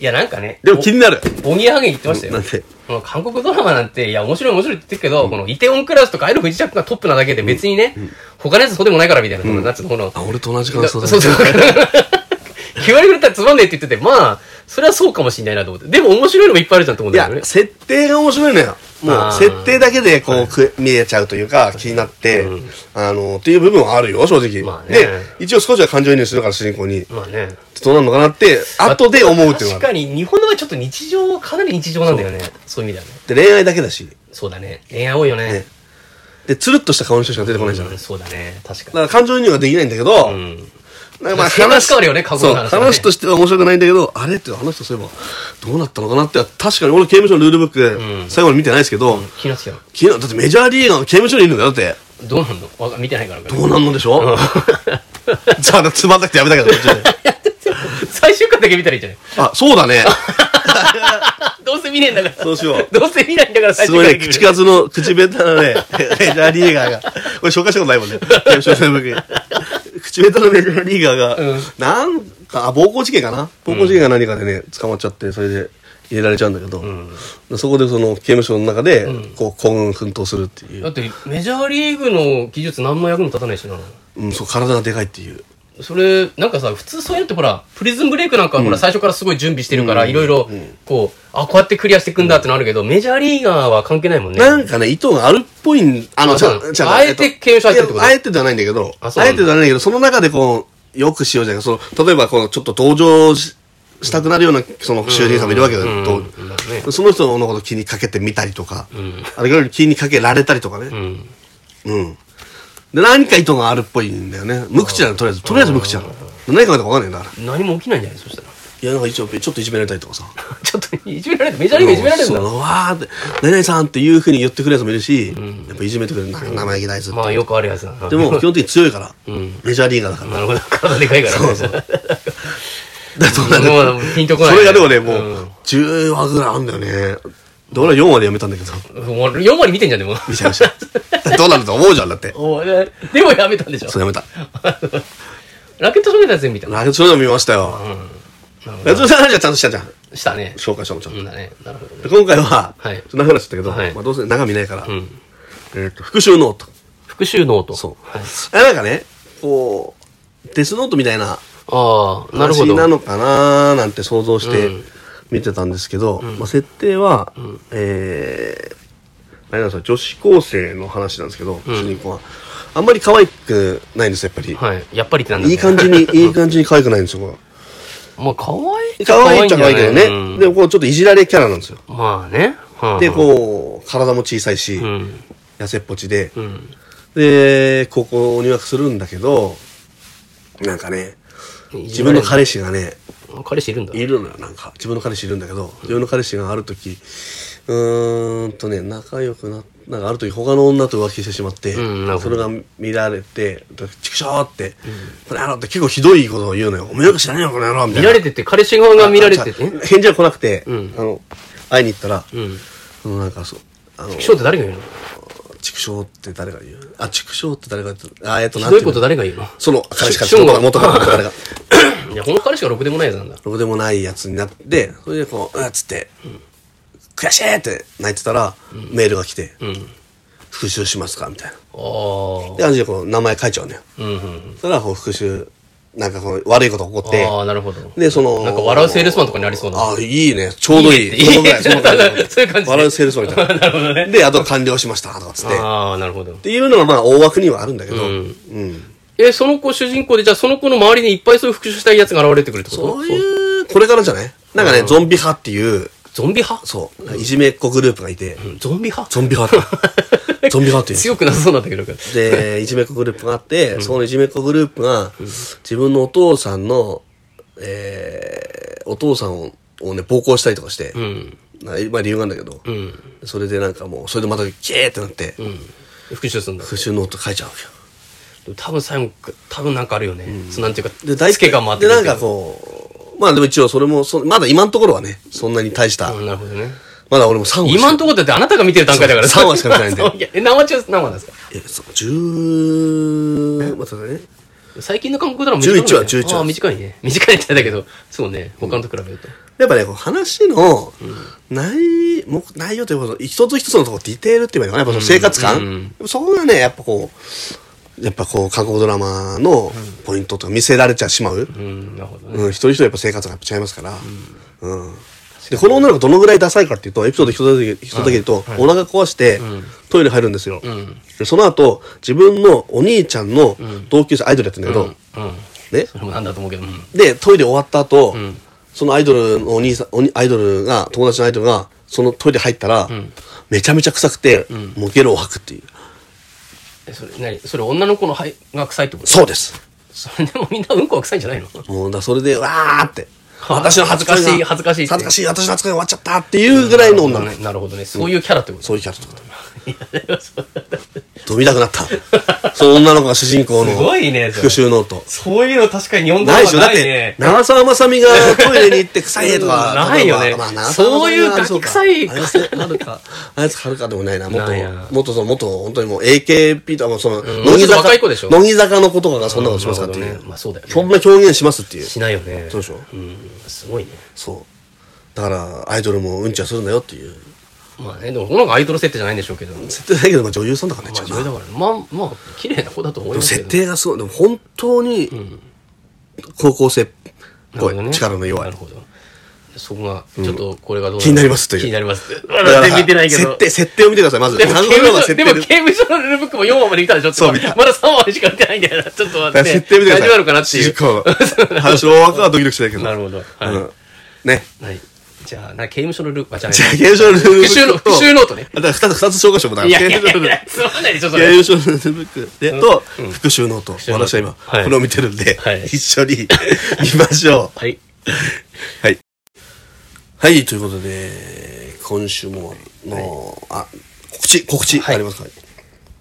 [SPEAKER 2] いや、なんかね、
[SPEAKER 1] でも気になる
[SPEAKER 2] ボニーハゲン言ってましたよ。
[SPEAKER 1] なんで
[SPEAKER 2] この韓国ドラマなんて、いや、面白い面白いって言ってるけど、このイテオンクラスとかアイルフジャックがトップなだけで別にね、他のやつそうでもないからみたいな、この、なんつうの、この、
[SPEAKER 1] あ俺と同じ感想だ
[SPEAKER 2] そうそう。9割ぐ らいだったらつまんねえって言ってて、まあ、それはそうかもしれないなと思って。でも面白いのもいっぱいあるじゃんと思うん
[SPEAKER 1] い
[SPEAKER 2] だよ
[SPEAKER 1] や
[SPEAKER 2] ね。
[SPEAKER 1] 設定が面白いのよも
[SPEAKER 2] あ
[SPEAKER 1] う
[SPEAKER 2] ー
[SPEAKER 1] 設定だけでこう、く見えちゃうというか気になって、あのっていう部分はあるよ正直、
[SPEAKER 2] まあね
[SPEAKER 1] で一応少しは感情移入するから主人公に
[SPEAKER 2] まあね。
[SPEAKER 1] どうなるのかなって後で思うっていうのがある
[SPEAKER 2] 確かに日本の場合ちょっと日常かなり日常なんだよねそういう意味ではね
[SPEAKER 1] で恋愛だけだし
[SPEAKER 2] そうだね恋愛多いよね
[SPEAKER 1] ねでつるっとした顔の人しか出てこないじゃない、
[SPEAKER 2] うん
[SPEAKER 1] だ
[SPEAKER 2] そうだね確か
[SPEAKER 1] から感情移入ができないんだけど、
[SPEAKER 2] にうん
[SPEAKER 1] なんか まあ
[SPEAKER 2] 生活
[SPEAKER 1] 話
[SPEAKER 2] 変わるよね過去
[SPEAKER 1] そう
[SPEAKER 2] の話はね
[SPEAKER 1] 話としては面白くないんだけどあれってあの人そういえばどうなったのかなって確かに俺刑務所のルールブック、最後に見てないですけど、
[SPEAKER 2] 気になってきたよ
[SPEAKER 1] 昨日だってメジャーリーガーの刑務所にいるんだよだって
[SPEAKER 2] どうなんのわか見てないから
[SPEAKER 1] どうなんのでしょ、 じゃあつまんなくてやめたけど途中で
[SPEAKER 2] 最終回だけ見たらいいじゃない
[SPEAKER 1] あそうだね
[SPEAKER 2] どうせ見ねえんだから
[SPEAKER 1] そうしよう
[SPEAKER 2] どうせ見ないんだから 最
[SPEAKER 1] す
[SPEAKER 2] 終
[SPEAKER 1] ごい
[SPEAKER 2] 回
[SPEAKER 1] ね
[SPEAKER 2] だけ見
[SPEAKER 1] 口
[SPEAKER 2] る
[SPEAKER 1] 数の口下手な ねメジャーリーガーが俺紹介したことないもん ね刑務所のルールブック口下手なメジャーリーガーが、
[SPEAKER 2] うん
[SPEAKER 1] なんかあ暴行事件かな暴行事件が何かでね捕まっちゃってそれで入れられちゃうんだけど、そこでその刑務所の中で、こう幸運奮闘するっていう
[SPEAKER 2] だ、ってメジャーリーグの技術何の役にも立たないしな
[SPEAKER 1] うん、そう体がでかいっていう
[SPEAKER 2] それなんかさ普通そういうのってほらプリズンブレイクなんかはほら最初からすごい準備してるからいろいろこうあこうやってクリアしていくんだってのあるけどメジャーリーガーは関係ないもんね
[SPEAKER 1] なんかね、意図があるっぽいん、あの、
[SPEAKER 2] あ
[SPEAKER 1] じ
[SPEAKER 2] そうな
[SPEAKER 1] ゃ
[SPEAKER 2] の
[SPEAKER 1] じゃ
[SPEAKER 2] あえて
[SPEAKER 1] と
[SPEAKER 2] 刑務所入ってるってこと
[SPEAKER 1] いやあえてではないんだけど、
[SPEAKER 2] あ
[SPEAKER 1] あ
[SPEAKER 2] そうな
[SPEAKER 1] え
[SPEAKER 2] んだ
[SPEAKER 1] てではないんだけど、その中でこう、よくしようじゃないその、例えばこう、ちょっと同情ししたくなるような、その、囚人さんもいるわけだ
[SPEAKER 2] うん
[SPEAKER 1] よ、
[SPEAKER 2] うんうん
[SPEAKER 1] とその人のこと気にかけてみたりとか、あるいは気にかけられたりとか
[SPEAKER 2] う
[SPEAKER 1] ね。
[SPEAKER 2] ん
[SPEAKER 1] うん。で、何か意図があるっぽいんだよね。無口なの、とりあえず。とりあえず無口なの。何考えたか分かんないんだから。
[SPEAKER 2] 何も起きないんじゃないそしたら。
[SPEAKER 1] いや、なんか一応、ちょっといじめられたりとかさ。
[SPEAKER 2] ちょっといじめられるメジャーリーグいじめられるん
[SPEAKER 1] そ
[SPEAKER 2] だ。
[SPEAKER 1] うわーって、何々さんっていうふうに言ってくるやつもいるし、やっぱいじめてくれる。なんか生意気なやつって。
[SPEAKER 2] まあよくあるやつだな。
[SPEAKER 1] でも、基本的に強いから。
[SPEAKER 2] うん
[SPEAKER 1] メジャーリーガーだから。
[SPEAKER 2] なるほど。体でかいからね。
[SPEAKER 1] だそうなんだ
[SPEAKER 2] もうピンとこない
[SPEAKER 1] そ
[SPEAKER 2] ね
[SPEAKER 1] れがでもね、も
[SPEAKER 2] う
[SPEAKER 1] う、10話ぐらいあるんだよね。で、俺は4話でやめたんだけど、
[SPEAKER 2] もう4割見てんじゃん、でも。
[SPEAKER 1] 見ちゃいました。 どうなると思うじゃん、だって。
[SPEAKER 2] おででもやめたんでしょ
[SPEAKER 1] そう、やめた。
[SPEAKER 2] ラケット少年だぜ、みたいな。
[SPEAKER 1] ラケット少年も見ましたよ。ラケット少年の話はちゃんとしたじゃん。
[SPEAKER 2] したね。
[SPEAKER 1] 紹介したもん、ちゃん
[SPEAKER 2] う
[SPEAKER 1] と
[SPEAKER 2] んだね。なるほどね。
[SPEAKER 1] で今回は、
[SPEAKER 2] はい
[SPEAKER 1] ちょっと長くなっちゃったけど、
[SPEAKER 2] はい
[SPEAKER 1] まあどうせ中見ないから、
[SPEAKER 2] ん
[SPEAKER 1] えっと、復讐ノート。
[SPEAKER 2] 復讐ノート。
[SPEAKER 1] そう
[SPEAKER 2] はい
[SPEAKER 1] あなんかね、こう、デスノートみたいな
[SPEAKER 2] ああ、なるほ
[SPEAKER 1] 話
[SPEAKER 2] ど。
[SPEAKER 1] なのかなーなんて想像して
[SPEAKER 2] うん
[SPEAKER 1] 見てたんですけど、まあ、設定は、えー、あれなんですよ、女子高生の話なんですけど、主人公は。あんまり可愛くないんですよ、やっぱり。
[SPEAKER 2] はい。やっぱりってなんだ
[SPEAKER 1] いい感じに、いい感じに可愛くないんですよ、こ
[SPEAKER 2] まあ、可愛い
[SPEAKER 1] れ。可愛いっちゃ可愛いけどね。
[SPEAKER 2] うん
[SPEAKER 1] でも、こう、ちょっといじられキャラなんですよ。
[SPEAKER 2] まあね。はあ
[SPEAKER 1] で、こう、体も小さいし、
[SPEAKER 2] うん。
[SPEAKER 1] 痩せっぽちで、
[SPEAKER 2] うん。
[SPEAKER 1] で、高校入学するんだけど、なんかね、自分の彼氏がね、
[SPEAKER 2] あ彼氏いるんだ。
[SPEAKER 1] いるのよ、なんか。自分の彼氏いるんだけど、自分の彼氏がある時、うーんとね、仲良くな、なんかある時他の女と浮気してしまって、
[SPEAKER 2] うんなる
[SPEAKER 1] そ
[SPEAKER 2] ほ
[SPEAKER 1] れ
[SPEAKER 2] ど
[SPEAKER 1] が見られて、ちくしょーって、この野郎って結構ひどいことを言うのよ。おめえよく知らねえよ、この野郎みた
[SPEAKER 2] 見
[SPEAKER 1] いな。
[SPEAKER 2] られてて、彼氏側が見られて
[SPEAKER 1] あ
[SPEAKER 2] て。
[SPEAKER 1] 違う返事が来なくて、
[SPEAKER 2] ん
[SPEAKER 1] あの、会いに行ったら、
[SPEAKER 2] うん。
[SPEAKER 1] そのなんかそう、あの、
[SPEAKER 2] ショーって誰が言うの
[SPEAKER 1] 畜生って誰が言うあ、畜生って誰が言うあ、えっと、
[SPEAKER 2] ひ
[SPEAKER 1] なん
[SPEAKER 2] ど
[SPEAKER 1] て
[SPEAKER 2] い
[SPEAKER 1] 言うの
[SPEAKER 2] こと誰が言うの
[SPEAKER 1] その彼氏か
[SPEAKER 2] シュン
[SPEAKER 1] ら
[SPEAKER 2] が
[SPEAKER 1] 元から彼が。
[SPEAKER 2] いや、この彼氏がろくでもないやつなんだ。
[SPEAKER 1] ろくでもないやつになって、それでこう、うっつって、悔しいって泣いてたら、メールが来て、
[SPEAKER 2] うん。
[SPEAKER 1] 復讐しますかみたいな。
[SPEAKER 2] ああ
[SPEAKER 1] で、。感じでこう、名前書いちゃうのよ。
[SPEAKER 2] うんうん。
[SPEAKER 1] そしたら、こう、復讐、なんかこう、悪いこと起こって、
[SPEAKER 2] ああ、なるほど。
[SPEAKER 1] で、その、
[SPEAKER 2] なんか笑うセールスマンとかにありそうな。
[SPEAKER 1] ああ、いいね。ちょうど いい。
[SPEAKER 2] いいね
[SPEAKER 1] そのぐらい、そのぐら い
[SPEAKER 2] そういう感じ
[SPEAKER 1] 笑うセールスマンみたいな。
[SPEAKER 2] なるほどね。
[SPEAKER 1] で、あと完了しました、とかっつって。っ
[SPEAKER 2] ああ、なるほど。
[SPEAKER 1] ていうのがまあ、大枠にはあるんだけど、
[SPEAKER 2] う
[SPEAKER 1] うんん。
[SPEAKER 2] え、その子主人公で、じゃあその子の周りにいっぱいそういう復讐したいやつが現れてくるってこと
[SPEAKER 1] そういう、これからじゃないなんかね、ゾンビ派っていう、
[SPEAKER 2] ゾンビ派
[SPEAKER 1] そう、いじめっ子グループがいて、
[SPEAKER 2] うんゾンビ派
[SPEAKER 1] ゾンビ派って。 ゾンビ派っていう。
[SPEAKER 2] 強くなさそうなんだけど。
[SPEAKER 1] で、いじめっ子グループがあって、そのいじめっ子グループが、自分のお父さんの、えー、お父さんををね、暴行したりとかして、
[SPEAKER 2] うん。
[SPEAKER 1] なまあ理由があるんだけど、
[SPEAKER 2] うん。
[SPEAKER 1] それでなんかもう、それでまたキェーってなって、
[SPEAKER 2] うん。復讐するんだ。
[SPEAKER 1] 復讐ノート書いちゃうわ
[SPEAKER 2] 多分最後、多分なんかあるよね。そうなんていうか、
[SPEAKER 1] けよ。で、
[SPEAKER 2] つけが回っ
[SPEAKER 1] で、
[SPEAKER 2] てくる
[SPEAKER 1] な
[SPEAKER 2] っ
[SPEAKER 1] ん
[SPEAKER 2] てい
[SPEAKER 1] か
[SPEAKER 2] う
[SPEAKER 1] こう、まあでも一応それも、そまだ今のところはね、そんなに大した、
[SPEAKER 2] うんなるほどね。
[SPEAKER 1] まだ俺も3話
[SPEAKER 2] 今んところだってあなたが見てる段階だから
[SPEAKER 1] そう三話しか見てないんで
[SPEAKER 2] そうやえ、何話中、何話なんですか
[SPEAKER 1] え、そう、10、またね、
[SPEAKER 2] 最近の韓国ドラマ短いもんね
[SPEAKER 1] 11話11話
[SPEAKER 2] あー短いね。短いって言ったけど、そうね。他のと比べると。
[SPEAKER 1] やっぱね、こう話の内,、もう内容ということ、一つ一つのとこ、ディテールって言えばいいのかな、やっぱその生活感、そこがね、やっぱこう、やっぱこう、韓国ドラマのポイントとか見せられちゃしまう、
[SPEAKER 2] う
[SPEAKER 1] うん
[SPEAKER 2] ん、なるほどね。
[SPEAKER 1] 一人一人やっぱ生活がやっぱ違いますから、うんで、この女の子どのぐらいダサいかっていうと、エピソード一つだけ一つだけ言うと、お腹壊して、トイレ入るんですよ、でその後、自分のお兄ちゃんの同級生、アイドルやってんだけど、
[SPEAKER 2] うん。
[SPEAKER 1] ね、
[SPEAKER 2] それもなんだと思うけど、うん。
[SPEAKER 1] で、トイレ終わった後、そのアイドルのお兄さん、おにアイドルが、友達のアイドルが、そのトイレ入ったら、めちゃめちゃ臭くて、もうゲロを吐くっていう。
[SPEAKER 2] えそれ、何それ女の子の肺が臭いってこと
[SPEAKER 1] そうです。
[SPEAKER 2] それでもみんなうんこは臭いんじゃないの
[SPEAKER 1] もうだ、それで、わー って。
[SPEAKER 2] はあ
[SPEAKER 1] 私の恥ずかしい。
[SPEAKER 2] 恥ずかしい
[SPEAKER 1] 恥ず
[SPEAKER 2] 恥ず
[SPEAKER 1] か
[SPEAKER 2] か
[SPEAKER 1] しい。私の恥ずかしい終わっちゃったっていうぐらいの女の子。
[SPEAKER 2] なるほどね。そういうキャラってこと
[SPEAKER 1] そういうキャラと か。飛びたくなった。その女の子が主人公の
[SPEAKER 2] すごいねそ
[SPEAKER 1] 復
[SPEAKER 2] れ
[SPEAKER 1] 讐ノート。
[SPEAKER 2] そういうの確かに日本ド
[SPEAKER 1] な
[SPEAKER 2] ラ
[SPEAKER 1] いで
[SPEAKER 2] マ
[SPEAKER 1] しょだっ
[SPEAKER 2] ない
[SPEAKER 1] て
[SPEAKER 2] ね、。
[SPEAKER 1] 長澤まさみがトイレに行って臭いとか。
[SPEAKER 2] ないよね
[SPEAKER 1] 例えばまあ
[SPEAKER 2] そういうガキ臭い
[SPEAKER 1] あやつはるか。あやつはるかでもないな。もっと
[SPEAKER 2] なんや、
[SPEAKER 1] もっとその、もっと本当にもう AKP とかもうその、
[SPEAKER 2] もうちょっと若い子でしょ
[SPEAKER 1] 乃木坂の子とかがそんなことしますかって
[SPEAKER 2] ないるほ
[SPEAKER 1] う
[SPEAKER 2] どね。まあそうだよね
[SPEAKER 1] そんな表現しますっていう。
[SPEAKER 2] しないよね。
[SPEAKER 1] そうでしょ
[SPEAKER 2] うん。すごいね。
[SPEAKER 1] そう。だから、アイドルもうんちはするんだよっていう。
[SPEAKER 2] まあね、でもこの子アイドル設定じゃないんでしょうけど。ま
[SPEAKER 1] 設定だけど、まあ女優さんだからね、
[SPEAKER 2] あ
[SPEAKER 1] 一応
[SPEAKER 2] 女
[SPEAKER 1] な
[SPEAKER 2] 優だから、まあまあ、綺麗な子だと思
[SPEAKER 1] で
[SPEAKER 2] い
[SPEAKER 1] も
[SPEAKER 2] ますけ
[SPEAKER 1] 設
[SPEAKER 2] ど。
[SPEAKER 1] 定がすごい。でも本当に、高校生っぽ
[SPEAKER 2] なるほど
[SPEAKER 1] い。
[SPEAKER 2] ね
[SPEAKER 1] 力の弱
[SPEAKER 2] ないる。ほど。そこが、ちょっとこれがどう
[SPEAKER 1] 気になりますという
[SPEAKER 2] 気になりますって。
[SPEAKER 1] だ
[SPEAKER 2] ま
[SPEAKER 1] から
[SPEAKER 2] だ見てないけど。
[SPEAKER 1] 設定、設定を見てください、まず。
[SPEAKER 2] でも
[SPEAKER 1] 韓
[SPEAKER 2] 刑
[SPEAKER 1] 国ドラマ
[SPEAKER 2] 務
[SPEAKER 1] 設
[SPEAKER 2] 所、
[SPEAKER 1] 定
[SPEAKER 2] でも刑務所のルールブックも4話まで見たでしょ
[SPEAKER 1] そう見
[SPEAKER 2] ま
[SPEAKER 1] た
[SPEAKER 2] だ3話しか見てないんだよな。ちょっと
[SPEAKER 1] だか
[SPEAKER 2] 待っ
[SPEAKER 1] ら
[SPEAKER 2] て。
[SPEAKER 1] 設定見てください。
[SPEAKER 2] 大丈夫なのかなってい
[SPEAKER 1] 主
[SPEAKER 2] う。
[SPEAKER 1] 人公の話の枠はドキドキしないけど。
[SPEAKER 2] なるほど。はい。
[SPEAKER 1] うんね。
[SPEAKER 2] はい。じゃあ、な、刑務所のルール、あ、じゃあ、
[SPEAKER 1] じゃあ、刑務所のルールブック
[SPEAKER 2] 復讐の
[SPEAKER 1] と
[SPEAKER 2] 復讐ノートね。
[SPEAKER 1] あだから二つ、二つ紹介してもら
[SPEAKER 2] い
[SPEAKER 1] 刑
[SPEAKER 2] やいや
[SPEAKER 1] 務
[SPEAKER 2] いや
[SPEAKER 1] 所のルール。
[SPEAKER 2] いやつまんないでしょ、そ
[SPEAKER 1] 刑
[SPEAKER 2] れ。
[SPEAKER 1] 務所のルールブックで、と、復讐ノート。
[SPEAKER 2] 讐ノート
[SPEAKER 1] 私は今、
[SPEAKER 2] はい
[SPEAKER 1] これを見てるんで
[SPEAKER 2] はい、
[SPEAKER 1] 一緒 に見ましょう。
[SPEAKER 2] はい。
[SPEAKER 1] はい。はい、ということで、今週も、の、あ、告知、告知
[SPEAKER 2] はい
[SPEAKER 1] ありますか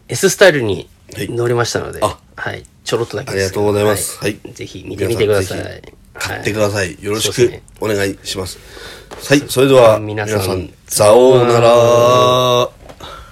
[SPEAKER 2] S スタイルに
[SPEAKER 1] はい
[SPEAKER 2] 乗りましたので、
[SPEAKER 1] あ
[SPEAKER 2] はい。ちょろっとだけ
[SPEAKER 1] ありがとうございます
[SPEAKER 2] は。
[SPEAKER 1] はい
[SPEAKER 2] ぜひ見てみてくださ
[SPEAKER 1] 皆さん
[SPEAKER 2] い。
[SPEAKER 1] 買ってください。よろし
[SPEAKER 2] そうで
[SPEAKER 1] く
[SPEAKER 2] すね
[SPEAKER 1] お願いします。はい、それでは、皆
[SPEAKER 2] 皆
[SPEAKER 1] さ
[SPEAKER 2] さん
[SPEAKER 1] ん、さおうなら。